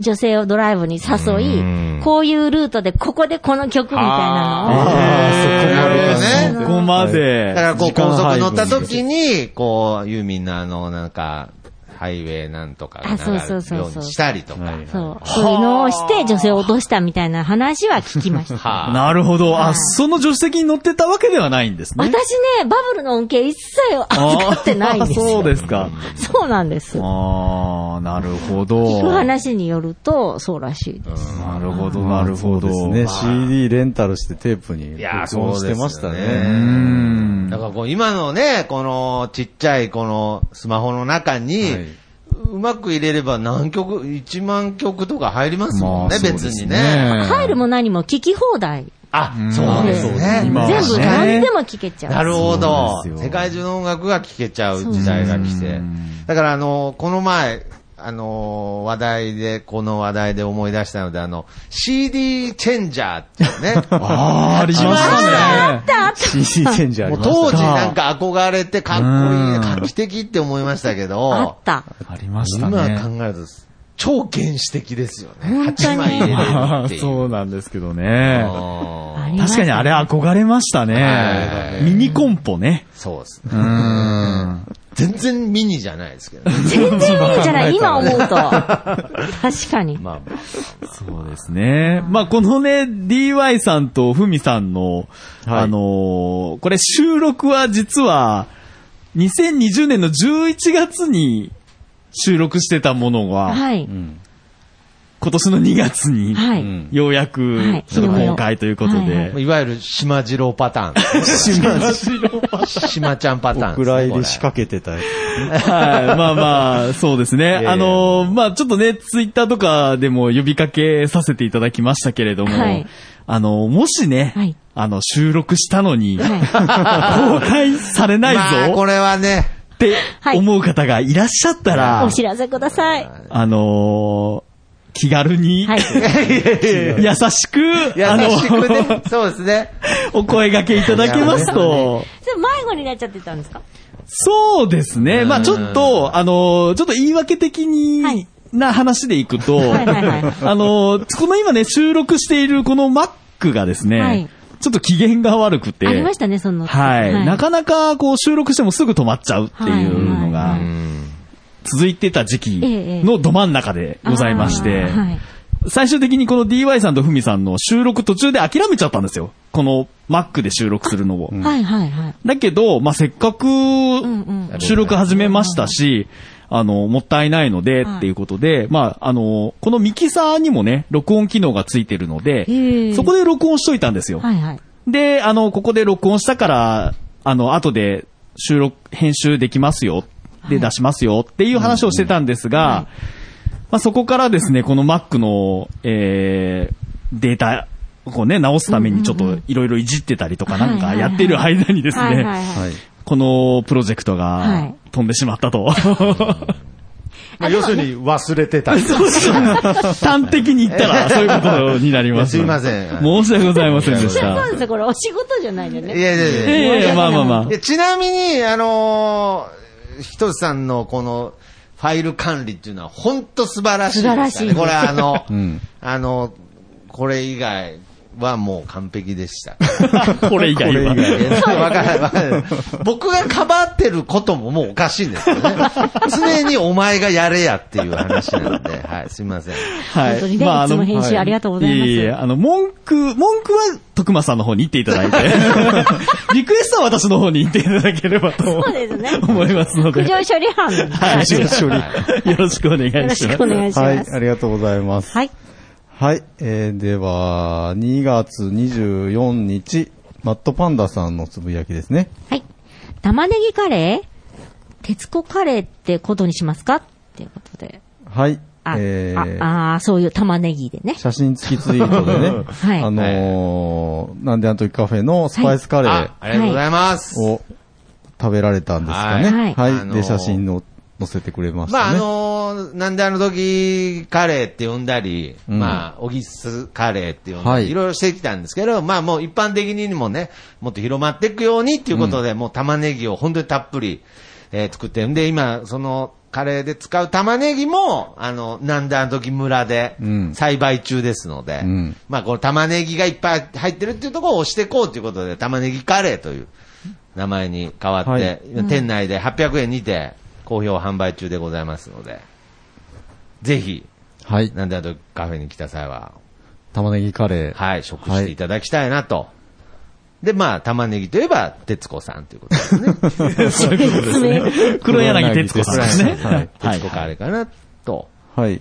女性をドライブに誘い、こういうルートで、ここでこの曲みたいなのを、
あーそこまでね
そこま
だ
で
か。らこう、
時間
高
配分
速乗った時に、こう、ユーミンのあの、なんか、ハイウェイなんとかが流
あそうそう
れる
そう
よう
そう
にしたりとか。
そう、 そういうのをして女性を落としたみたいな話は聞きました。
はあ。
なるほど。あ、その助手席に乗ってたわけではないんです
私
ね。
ね、バブルの恩恵一切預かってないんです
あーそ
よ
う。ですか。
そうなんです。聞
ああ、なるほど。
く話によると、そうらしいです。
なるほど、なるほど。
そうですね。CD レンタルしてテープに
いやー、
録
そう
音
で
し
す
て
よ
ましたね。
ね。だからこう、今のね、この、ちっちゃい、この、スマホの中に、
はいう
まく入れれば何曲、1万曲とか入りますもんね、別にね。
入るも何も聞き放題。
あ、そうですね。
全
今はね
部何でも聞けちゃう。
なるほど
そうなんです。よ
世界中の音楽が聴けちゃう時代が来て。だから、あの、この前、あの、話題で、この話題で思い出したので、あの、CD チェンジャーって いうね。
ああ、ありましたね。
CD チェンジあり
もう
ました。。
当時なんか憧れてかっこいい、
うん
画期的って思いましたけ
あ
ど
っ、た。
ありました
今
ね。
考えると、超原始的ですよね。
本当
8
に
枚入れる
あ
っ
ー
ていう。
そうなんですけどね。
あー
ありまし
確
た
かにあれ憧れました
は
ね
い。
ミニコンポね。
そうですね。
うん。
全然ミニじゃないですけどね。
全然いいじゃない、今思うと。確かに。
まあまあ。
そうですね。まあ、このね、DY さんとふみさんの、あのーこれ収録は実は、2020年の11月に収録してたものが、
はいう
ん
今年の2月に、
は
う
い。
ん
ようや
はい
く、ちょっと公開ということ
はいはい
で。
いわゆる島次郎パターン。島次郎パターン。島ちゃんパターン
お
ですね。
蔵入
これ
り仕掛けてたやつ。
はい。まあまあ、そうですね。あのーまあちょっとね、ツイッターとかでも呼びかけさせていただきましたけれども、
はい
あのーもしね、
はい
あの、収録したのに、
は
公開されないぞ。
まあ、これはね、
って
はい
思う方がいらっしゃったら、
い。お知らせください。
あのー気軽に、
はい。
優しく、
優
あの
しくね、そうですね。
お声掛けいただけますと、
それ迷子になっちゃってたんですか
そうですね。まあちょっと、あのーちょっと言い訳的に、
はい
な話でいくと、
はいはいはい
あのーこの今ね、収録しているこの Mac がですね、
はい
ちょっと機嫌が悪くて、
ありましたね、その。
はい。な
中
かなか、こう、収録してもすぐ止まっちゃうっていうの
は
が
いはい、
続いてた時期
ええ
のど真ん中でございまして、
はい。
最終的にこの DY さんとふみさんの収録途中で諦めちゃったんですよ。この Mac で収録するのを。
はいはいはい。
だけど、まあ、せっかく
ん
収録始めましたし、あの、もったいないので
はい
っていうことで、まあ、あの、このミキサーにもね、録音機能がついてるの
へえ
で、そこで録音しといたんですよ。
はいはい。
で、あの、ここで録音したから、あの、後で収録、編集できますよ。で、出しますよっていう話をしてたんですが、まあ、そこからですね、この Mac の、えー、データこうね、直すためにちょっといろいろいじってたりとかなんかやってる間にです
はいはい
ね、
はい。
はい。
このプロジェクト
はい
が飛んでしまったと。
まあ要するに忘れてた。
端的に言ったらそういうことになります。
いやすいません
申し訳ございませんでし
そう
た
で。すよ、これお仕事じゃないよ
い
ね。
やいやい
い
やい
やいや、まあまあまあ
や。。ちなみに、あのー、ひとつさんのこの、ファイル管理っていうのは、本当素晴らしい
素晴ら
で
しい
す、
です
ね。これあの、
ん
あの、これ以外はもう完璧でした。
これ以外は。
これ以
いやわかんないわかんない僕がかばってることももうおかしいんですよね。常にお前がやれやっていう話なんで、はい、すいません。
は
本当にねいつも編集ありがとうございます
いえいえ、あの、文句、文句は徳間さんの方に言っていた だいて、リクエストは私の方に言っていただければと
そうですね。
思いますので。
苦情処理班。
はい、
は
よろしくお願いします。
よろしくお願いし
は
ま
い、あ
す。
りがとうございます。
はい。
はい、えー、では、2月24日、マットパンダさんのつぶやきですね。
はい。玉ねぎカレー鉄子カレーってことにしますかっていうことで。
はい、
あ、
えー、
あ、あーそういう玉ねぎでね。
写真付きツイートでね、
はい
あのー、なんであの時カフェのスパイスカレ
あ、
ー
ありがとうございます。
を食べられたんですかね。
はい
はい、
はいあの
で、
ー
写真を載せてくれまし
まあ、
た
あ
ね。
のーなんであの時、カレーって呼んだり、
うん
まあ、オギスカレーって呼んだ
は
り、
い
いろいろしてきたんですけど、まあ、もう一般的にもね、もっと広まっていくようにっていうことで、もう玉ねぎを本当にたっぷり、えー作って、んで、今、その、カレーで使う玉ねぎも、あの、なんであの時村で
うん
栽培中ですので、
うん
まあ、この玉ねぎがいっぱい入ってるっていうところを押していこうということで、玉ねぎカレーという名前に変わって、
はい
店内で800円にて、好評販売中でございますので、ぜひ、
はい、
なんであとカフェに来た際は、
玉ねぎカレー。
はい、食していただきたいなと。で、まあ、玉ねぎといえば、徹子さんということですね。
そういうことですね。黒柳徹子さんですね。
はい
徹子カレーかなと。
はい。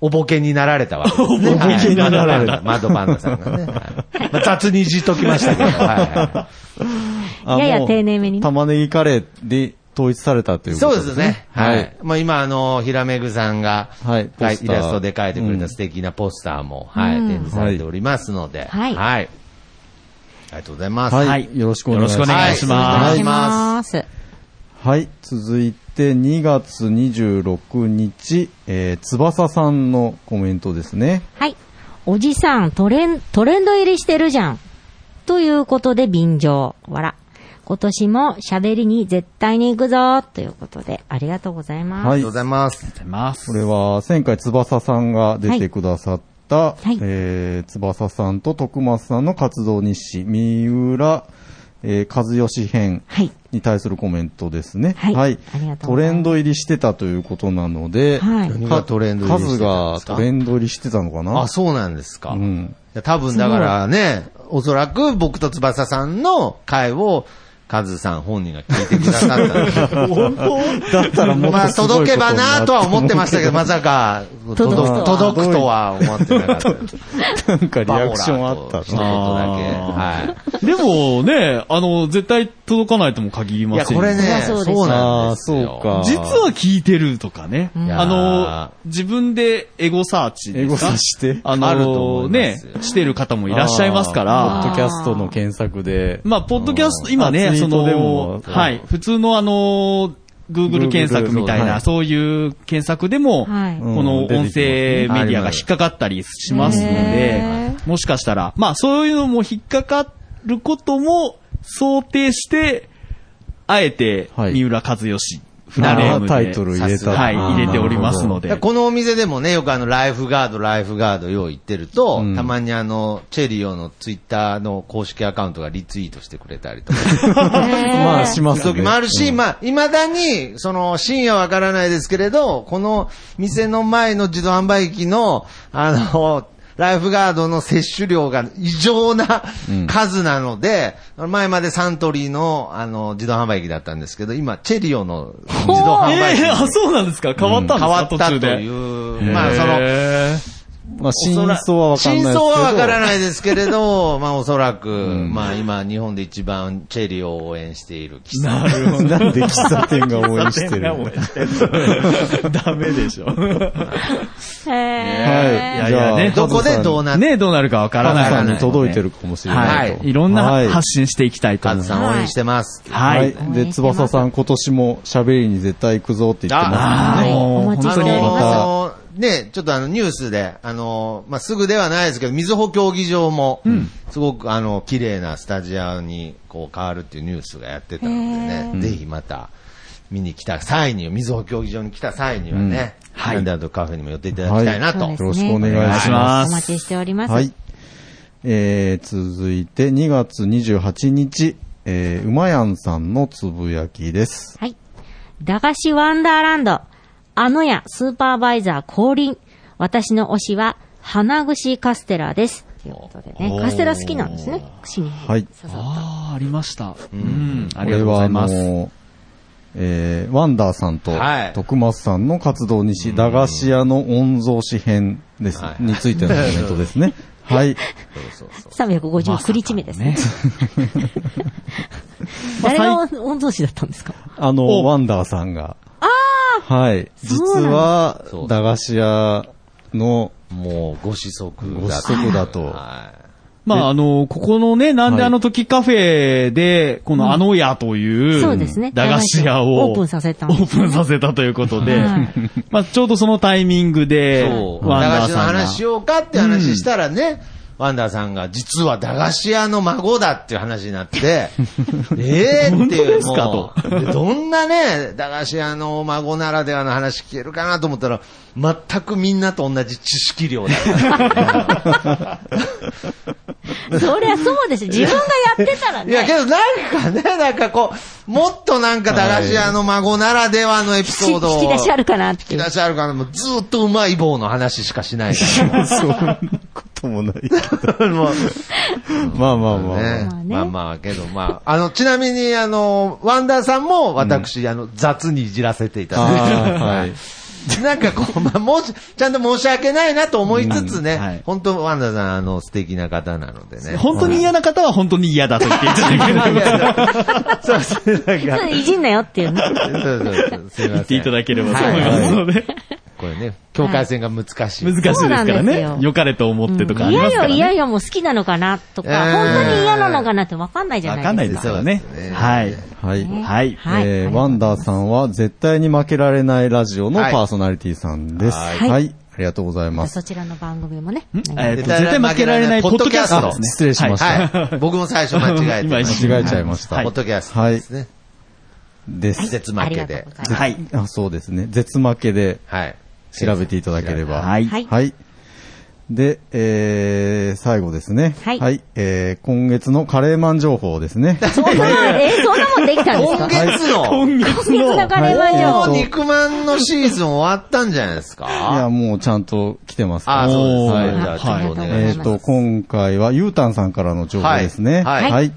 おぼけになられたわけです、ね。
おぼけになられた
はいマドパンダさんがね。はいまあ、雑にいじっときましたけど、はいはい
あ
やや
もう
丁寧めにね
玉ねぎカレーで統一されたというこ
そう
と
ですね。は
はい
い。まあ今、あの、ひらめぐさんが、
は
はいい、
ポスター
イラストで描いてくれ
う
た
ん
素敵なポスターも、はい、展示されておりますので、
はい
はい。ありがとうございます。
はい。
はい
よろしくお願いし
よろ
ま
しく
す。
お願いします
はいお願いし
ま。
ます
はい、続いて2月26日、えー、翼さんのコメントですね。
はい。おじさん、トレン、トレンド入りしてるじゃん。ということで、便乗。わら。今年も喋りに絶対に行くぞ。ということで、ありがとうございます。
あ
は
り
い
がとうご、ざいます。
ます
こ。れは前回翼さんが出てくださった、
い
えー、翼さんと徳松さんの活動日誌、三浦、えー、和義編
はい。
に対するコメントですね。
はいありがとう
ト
ございます
レンド入りしてたということなので、
はい
何がトレンド入りしてたんで
数
すか
がトレンド入りしてたのかな
あ、そうなんですか。
うん
いや多分だからね、おそらく僕と翼さんの会を、カズさん本人が聞いてくださった んですよ
だったらもっ
ま
と
あ
すごいことに
届けば
な
なとは思ってました けど、まさか
届くとは
届届くとは思ってなかっ
な
た。
んかリアクションあった
一言だけ。
な。
は
でもね、あの、絶対届かないとも限り
い。い
ま
や、
せん
こ
よ
れね、
そ
そうう
ですよ
なんです
あー
よ。
そうか
実は聞いてるとかね。
ん
あの、自分でエゴサーチですか。
エゴサして
あ
あると思
の、
いま
ね
す、
してる方もいらっしゃいますから
ポッ。ドキャストの検索で。
まあ、ポッドキャスト、
うん
今
あ
ね、
ツイ
そ
ートでも
の、はい、普通のあの、Google
Google
検索みたいな、そういう検索でも、
はい
この音声メディアが引っかかったりしますので
へ、
もしかしたら、まあ、そういうのも引っかかることも想定して、あえて、
はい
三浦和義、フ
な
ラ
る
ネ
ほ
ー
ど
ムで、
タイトル入れた。
はい、入れておりますの
だから
で。
このお店でもね、よくあの、ライフガード、ライフガードよう言ってると、
うん
たまにあの、チェリオのツイッターの公式アカウントがリツイートしてくれたりと か、
まあ、します
る時もあるし、まあ、未だに、その、深夜わからないですけれど、この店の前の自動販売機の、あの、ライフガードの摂取量が異常な
うん
数なので、前までサントリーの、あの、自動販売機だったんですけど、今、チェリオの自動販売
え
機
ーあ、
に
そうなんですか変わったんです
変わ
か
っ
途
た
中
と
で
い。う、まあ、その、
へー
まあ、真
おそら
相はわかんないですけど。
真相はわからないですけれど、まあおそらく、
ん
まあ今日本で一番チェリーを応援している岸さん。
なるほど。
なんで喫茶店が応援して る
ダメでしょ。
はい。
いやいやね
じゃあ
どこでどうなって、
ねどうなるかわか
カ
らない
ズさ
から
ん
ね
に届いてるかもしれな
はいい
と。。
いろん
は
ない発信していきたいと
カ
思いま
ズ
す。
さん応援してます。
は
はい
い。。
で、翼さん今年も喋りに絶対行くぞって言ってま
あ
は
あ、
い
もう
お待ち
あ
本当
の
に。
あのね、ちょっとあのニュースで、あの、まあ、すぐではないですけど、水穂競技場も、すごくあの、綺麗なスタジアムにこう変わるっていうニュースがやってたのでね、ぜひまた見に来た際に、水穂競技場に来た際にはね、
はい
なんであとカフェにも寄っていただきたいなと。
はい
す。よろしくお願いします。
ます
お待ちしております。
はい。えー、続いて2月28日、えー、うまやんさんのつぶやきです。
はい。駄菓子ワンダーランド。あのやスーパーバイザー降臨。私の推しは、花串カステラです。ということでね。カステラ好きなんですね。串に
は
刺
い
さった。
ああ、ありました。うん。
こ
あり
れ
がとうご
は
ざ
あ
います。
の、えー、ワンダーさんと
はい、
徳松さんの活動にし、駄菓子屋の御蔵詩編です、
はい
についてのコメントですね。はい。
359日目ですね。誰が御曹司だったんですか
あの、ワンダーさんが。はい。
そう
実
なん
は
そう、
駄菓子屋の、
もうご子息だと。
ご子息だと
はい
まあ、あの、ここのね、なんであの時カフェで、このあの屋という、
そうですね
駄菓子屋を、
オープンさせた
オープンさせたということで
はい、
まあ、ちょうどそのタイミングで、
そう。
ワン
駄菓
ダー
子の
さんが
話しようかって話したらね、ワンダーさんが、実は駄菓子屋の孫だっていう話にな って、ええー、っていう。
本当ですか
もうでどんなね、駄菓子屋の孫ならではの話聞けるかなと思ったら、全くみんなと同じ知識量だった。
そりゃそうです。自分がやってたら
いや、け
ね。
どなんかね、なんかこう、もっとなんか駄菓子屋の孫ならではのエピ
し
ソードを。
引き出しあるかなってい
引
う
き。出しあるかな。もうずーっとうまい棒の話しかしないか
そんなこともないけど。
ら。もう
まあまあまあ。
ね
まあね
まあまあ、けどまあ、あの、ちなみに、あの、ワンダーさんも私、あの、雑にいじらせていただい
あーはい。
て、なんかこう、まあ、もし、ちゃんと申し訳ないなと思いつつね、
うんはい
本当ワンダーさん、あの、素敵な方なのでね。
本当に嫌な方は本当に嫌だと言っていただければ
いやいやそうそう、なんか、
いじんなよっていうね。
そうそうそう、すいません。
言っていただければと
は
思い
い
ますので、
これね、境界線が難しい。
難しいですから
そうなんですよ
ね。良かれと思ってとかありま
嫌
す
よ
からね。
嫌よもう好きなのかなとか、
えー
本当に嫌なのかなってわかんないじゃ
わかん
な
ないい
で
ですす
か。
からね
そうです。ね
はい。
はい。
はい。
はい
え
ありがとうございます
ーワンダーさんは絶対に負けられないラジオのパーソナリティさんです。
はい
はいい。
は
ありがとうございま。
ますそちらの番組もね。
えっと、絶対負けられないポッドキャストですね。
失礼しました
はい。僕も最初間違えてま し
間違えちゃいました
た。
はい
ポッドキャストですね。
です。
絶負け
ありが
で
とう。ございます。
はい。
あそうですね。絶負けで
はい。
調べていただければ。
はい。
はい
はい。で、えー、最後ですね。
はい
えー、今月のカレーマン情報ですね。
そんな、え、そんなもんできたんです
今
か
月の、
今
今月
月
の
の、
カレーはじゃ
も
あ
う肉まんのシーズン終わったんじゃないですか
いや、もうちゃんと来てますから
ああ、そうです。
おー
はい。じゃあ、ちょっとお
はい
え
願い
っ、
します。
と、今回は、ゆうたんさんからの情報ですね。
はいはい
はい。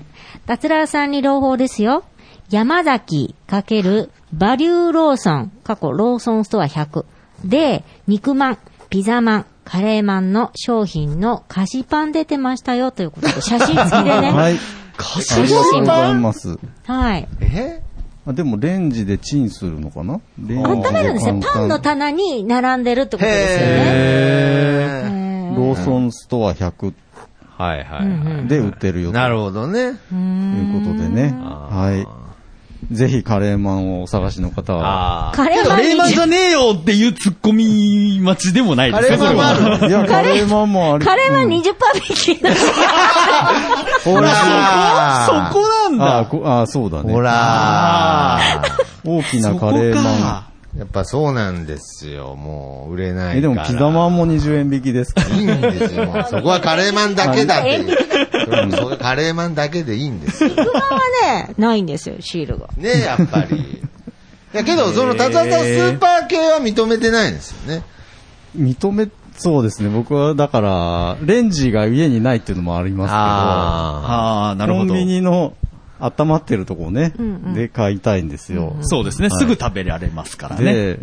達郎さんに朗報ですよ。山崎かけるバリューローソン、過去ローソンストア100で、肉まん、ピザまん、カレーまんの商品の菓子パン出てましたよということで、写真付きでね。
は
はいい。。
ありがとうございます。
はい。
え
あでも、レンジでチンするのかなレンジ
温めるんですね。
簡単
パンの棚に並んでるってことですよね。
へー。
ローソンストア100
はいはいは
で売ってるよ
い。
と
なるほどね。
いうことでね。
あ
はい。ぜひカレーマンをお探しの方は。
ああ。
カレーまん
レーマン
に
じ、ゃねえよっていう突っ込み待ちでもないですね、
カレーマンもある
いや、カレーマンもあり
カレーは20%引きなんですよ
ほら
ほら
そこな
あ
ん
ー
だ。
こあー、そうだね。
ほら
大きな
そこ
カレーマ
か。
やっぱそうなんですよ。もう、売れないか
ン。
ら。
え、でも、ピザマンも20円引きですから。
いいんですよ。もうそこはカレーマンだけだっていう。うんそこはカレーマンだけでいいんですよ。
肉まんはね、ないんですよ、シールが。
ねやっぱり。いやけど、その、達也さん、スーパー系は認めてないんですよね。
認め、そうですね。僕は、だから、レンジが家にないっていうのもあります
あ
ああ、
け
な
ど、コ
るほ
ン
ど。
ビニの温まってるとこね、で買いたいんですよ。
そうですね、すぐ食べられますからね。
で、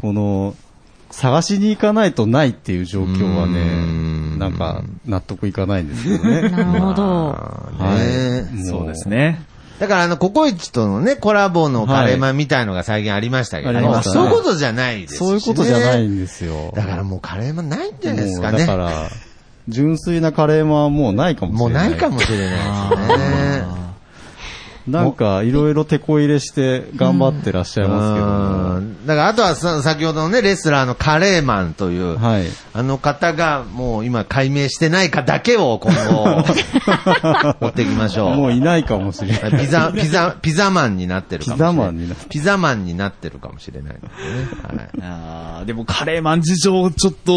この、探しに行かないとないっていう状況は
う
ね、
ん
なんか納得いかないんですけどね。
なるほど。
ね
はい。も
そうです。ね。
だからあの、ココイチとのね、コラボのカレーマンみたいのが最近ありましたけど、
はいありましたね
そういうことじゃないですしね
そういうことじゃない。んですよ。
だからもうカレーマンないんじゃないです
も
か
う
ね。
だから、純粋なカレーマンはもうないかもしれない。
もうないかもしれないですね。
なんか、いろいろ手こ入れして頑張ってらっしゃいますけども。
うんだからあとはさ先ほどのね、レスラーのカレーマンという、
はい。
あの方がもう今解明してないかだけを今 後、持っていきましょう。
もういないかもしれ ない。
ピザ、ピザ、ピザマンになってるかもしれ
ピ
ない。
ザマンになって
ピザマンになってるかもしれないのでね。はい。
あーでもカレーマン事情、ちょっと、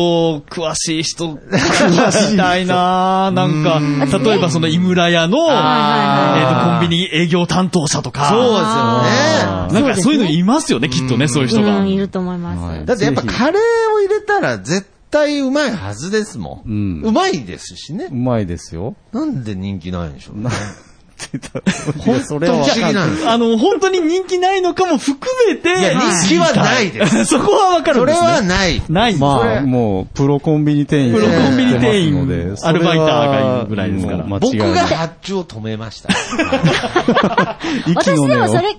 詳しい人、詳しいたいなーなんか、例えばその井村屋の、えっと、コンビニ営業担当者とか。
そう
う
ですよね。
なんかそういうのいますよね、きっとね、そういう人が
うん、。いると思います。
はい
だってやっぱカレーを入れたら絶対うまいはずですもん。
うん
うまいですしね
う。まいですよ。
なんで人気ないんでしょうね。
本当
不思議なんですよ。
あの、本当に人気ないのかも含めて、
いや、人気はないです。
そこはわかる
そ
んで
れ
すね。
はない。
ないんですね。
まあ、もう、プロコンビニ店員
プロコンビニ店員
やってますので
アルバイターがいるぐらいですから
もう間違
僕
いない
が発注を止めました。
息の
私で
根を
もそれ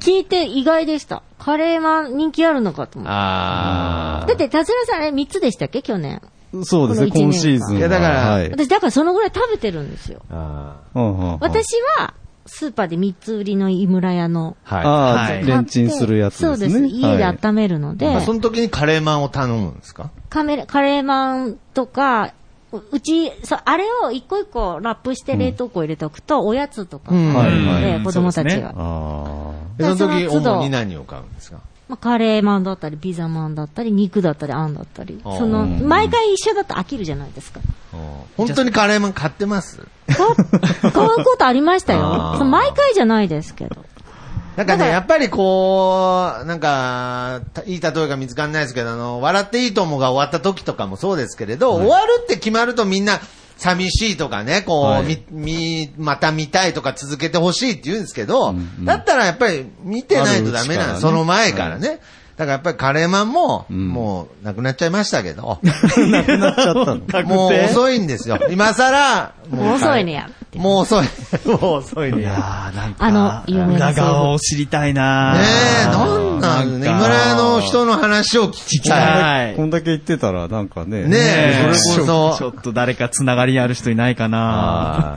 聞いて意外でした。カレーマン人気あるのかと思って。
あ
だって、田代さんあれ3つでしたっけ去年。
そうですね、
この一年間
今シーズンは。
いやだから
はい
私、だからそのぐらい食べてるんですよ。
あ。
うんうんうん
私は、スーパーで3つ売りの井村屋の。
は
あ
は
あ、
い
レンチンするやつですね。
そうです。家で
はい
温めるので、
い。その時にカレーマンを頼むんですか
カメラカレーマンとか、ううち、そう、あれを一個一個ラップして冷凍庫入れておくと、おやつとか、
うん
はい
なので
はい
子供た
そう
ち
です
が。
ああ。
えその時、
その都度
主に何を買うんですか
まあ、カレーマンだったり、ピザマンだったり、肉だったり、あんだったり。
あー
その、毎回一緒だと飽きるじゃないですか。
本当にカレーマン買ってます
買う買うことありました
あ
よ
ー。
その毎回じゃないですけど。
なんかね、やっぱりこう、なんか、たいい例えが見つかんないですけど、あの、笑っていいともが終わった時とかもそうですけれど、終わるって決まるとみんな、寂しいとかね、こう、
はい
み、み、また見たいとか続けてほしいって言うんですけど、だったらやっぱり見てないとダ
ある
メなんで
うちからね
す、その前からね。だからやっぱりカレーマンも、
ん
もう、なくなっちゃいましたけど、
なっちゃったの。
もう遅いんですよ。今更、
もう遅いねや。
もう遅い。 もう遅いね。
いやー、なんか、
あの有名な
裏側を知りたいな
ねえ、
ー
なんなんね。
か
今らの人の話を聞きたい。
はい
こんだけ言ってたら、なんかね。
ねえ
ねえ
それこそ
ちょちょっと誰かつながりある人いないかな
は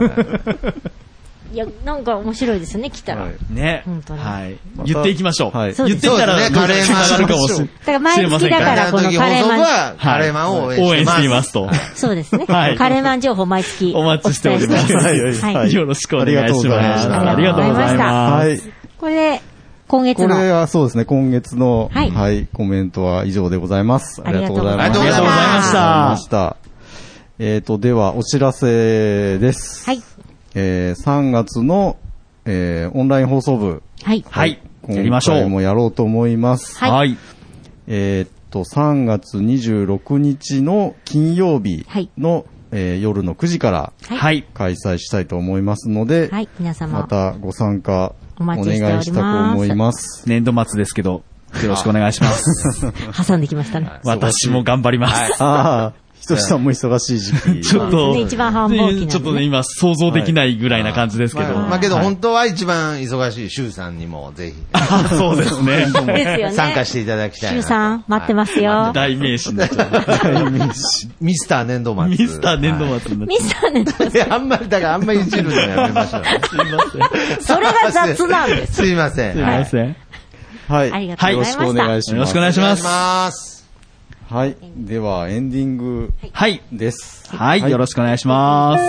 いや、なんか面白いですね、来たら。
はい
ね。
本当に
はい。
また
言っていきましょう。
はい
言っていったら、
そうですねカレーマン
つながるかもしれ
だから毎月だか
知れません
ら
あの
この
時
カ
放
レー
送部
マン。
は、カレーマンを応援
応援
し
しててい
ま。
ますすと。
そうですね。
はい
カレーマン情報毎月。
お待ちしております。
お伝え
はい
しておりま
は
す
い
よろしくお願いします。
あ
あ
り
り
がとう
がとう
ご
ご
ざ
ざ
い
い
ま
ま
は
す。
い。
これ、今月
これ
の。
はそうですね、今月の、
は
はいい、コメントは以上でございます。
あ
あ
り
り
が
が
とう
とう
ご
ご
ざいま
ざいますす。
ありがとうございました
した。えっ、と、では、お知らせです。
はい。
えー、3月の、えー、オンライン放送部。
はい。
はい。やりましょ
今回
う。
もやろうと思います。
はい
はい。
えーっと、3月26日の金曜日の、えー夜の9時から
はい。
開催したいと思いますので、
はい。皆様。
またご参加
お
お
待ちしております
願いしたく思います。
年度末ですけど、よろしくお願いします。
挟んできましたね。
私も頑張ります。
ああ、 ひとしさんも忙しい時期。
ちょっと、
ね一番繁忙期なんでね
ちょっとね、今想像できないぐらいな感じですけど。
まあまあけど
はい
本当は一番忙しい周さんにもぜひ
あそうですね。
ですよね。
参加していただきたい
周
なと。
さん、待ってますよ。
代名詞になっちゃう。
ミスター年度末。
ミスター年度末になっち
ミ
ゃ
スターね、
末。いや、あんまり、だからあんまりいじるのやめましょうね。
それが雑なんです。
すいません。
う。すい
はい
ません。
はい。
ありがとうございました
よろしくお願いします。
よろしくお願いし
お願
ま
いし
す。
ます。
はい。では、エンディング
はい。
です。
はい、よろしくお願いします。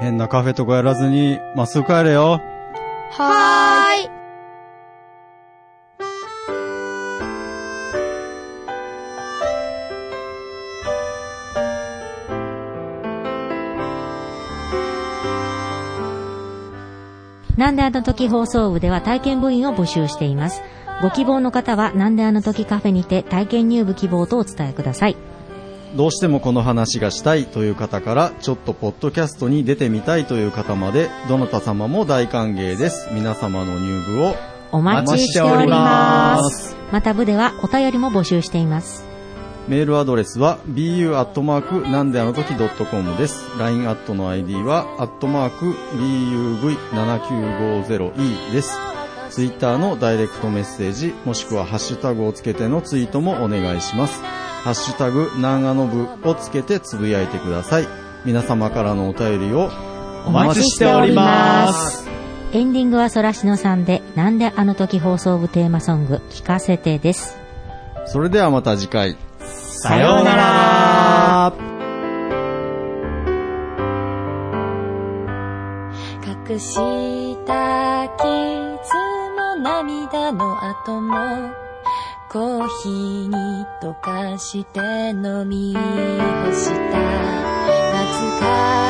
変なカフェとかやらずに、まっすぐ帰れよ。
はーい。
なんであの時放送部では体験部員を募集しています。ご希望の方は、なんであの時カフェにて体験入部希望とお伝えください。
どうしてもこの話がしたいという方から、ちょっとポッドキャストに出てみたいという方まで、どなた様も大歓迎です。皆様の入部を
お待ちしております。また部ではお便りも募集しています。
メールアドレスは bu アットマークなんであの時ドットコムです。LINE アットの ID はアットマーク buv7950e です。ツイッターのダイレクトメッセージ、もしくはハッシュタグをつけてのツイートもお願いします。ハッシュタグ、なんあの部をつけてつぶやいてください。皆様からのお便りを
お待ちしております。
エンディングはそらしのさんで、なんであの時放送部テーマソング、聞かせてです。
それではまた次回。
さようなら。
隠した傷も涙の後もコーヒーに溶かして飲み干した懐か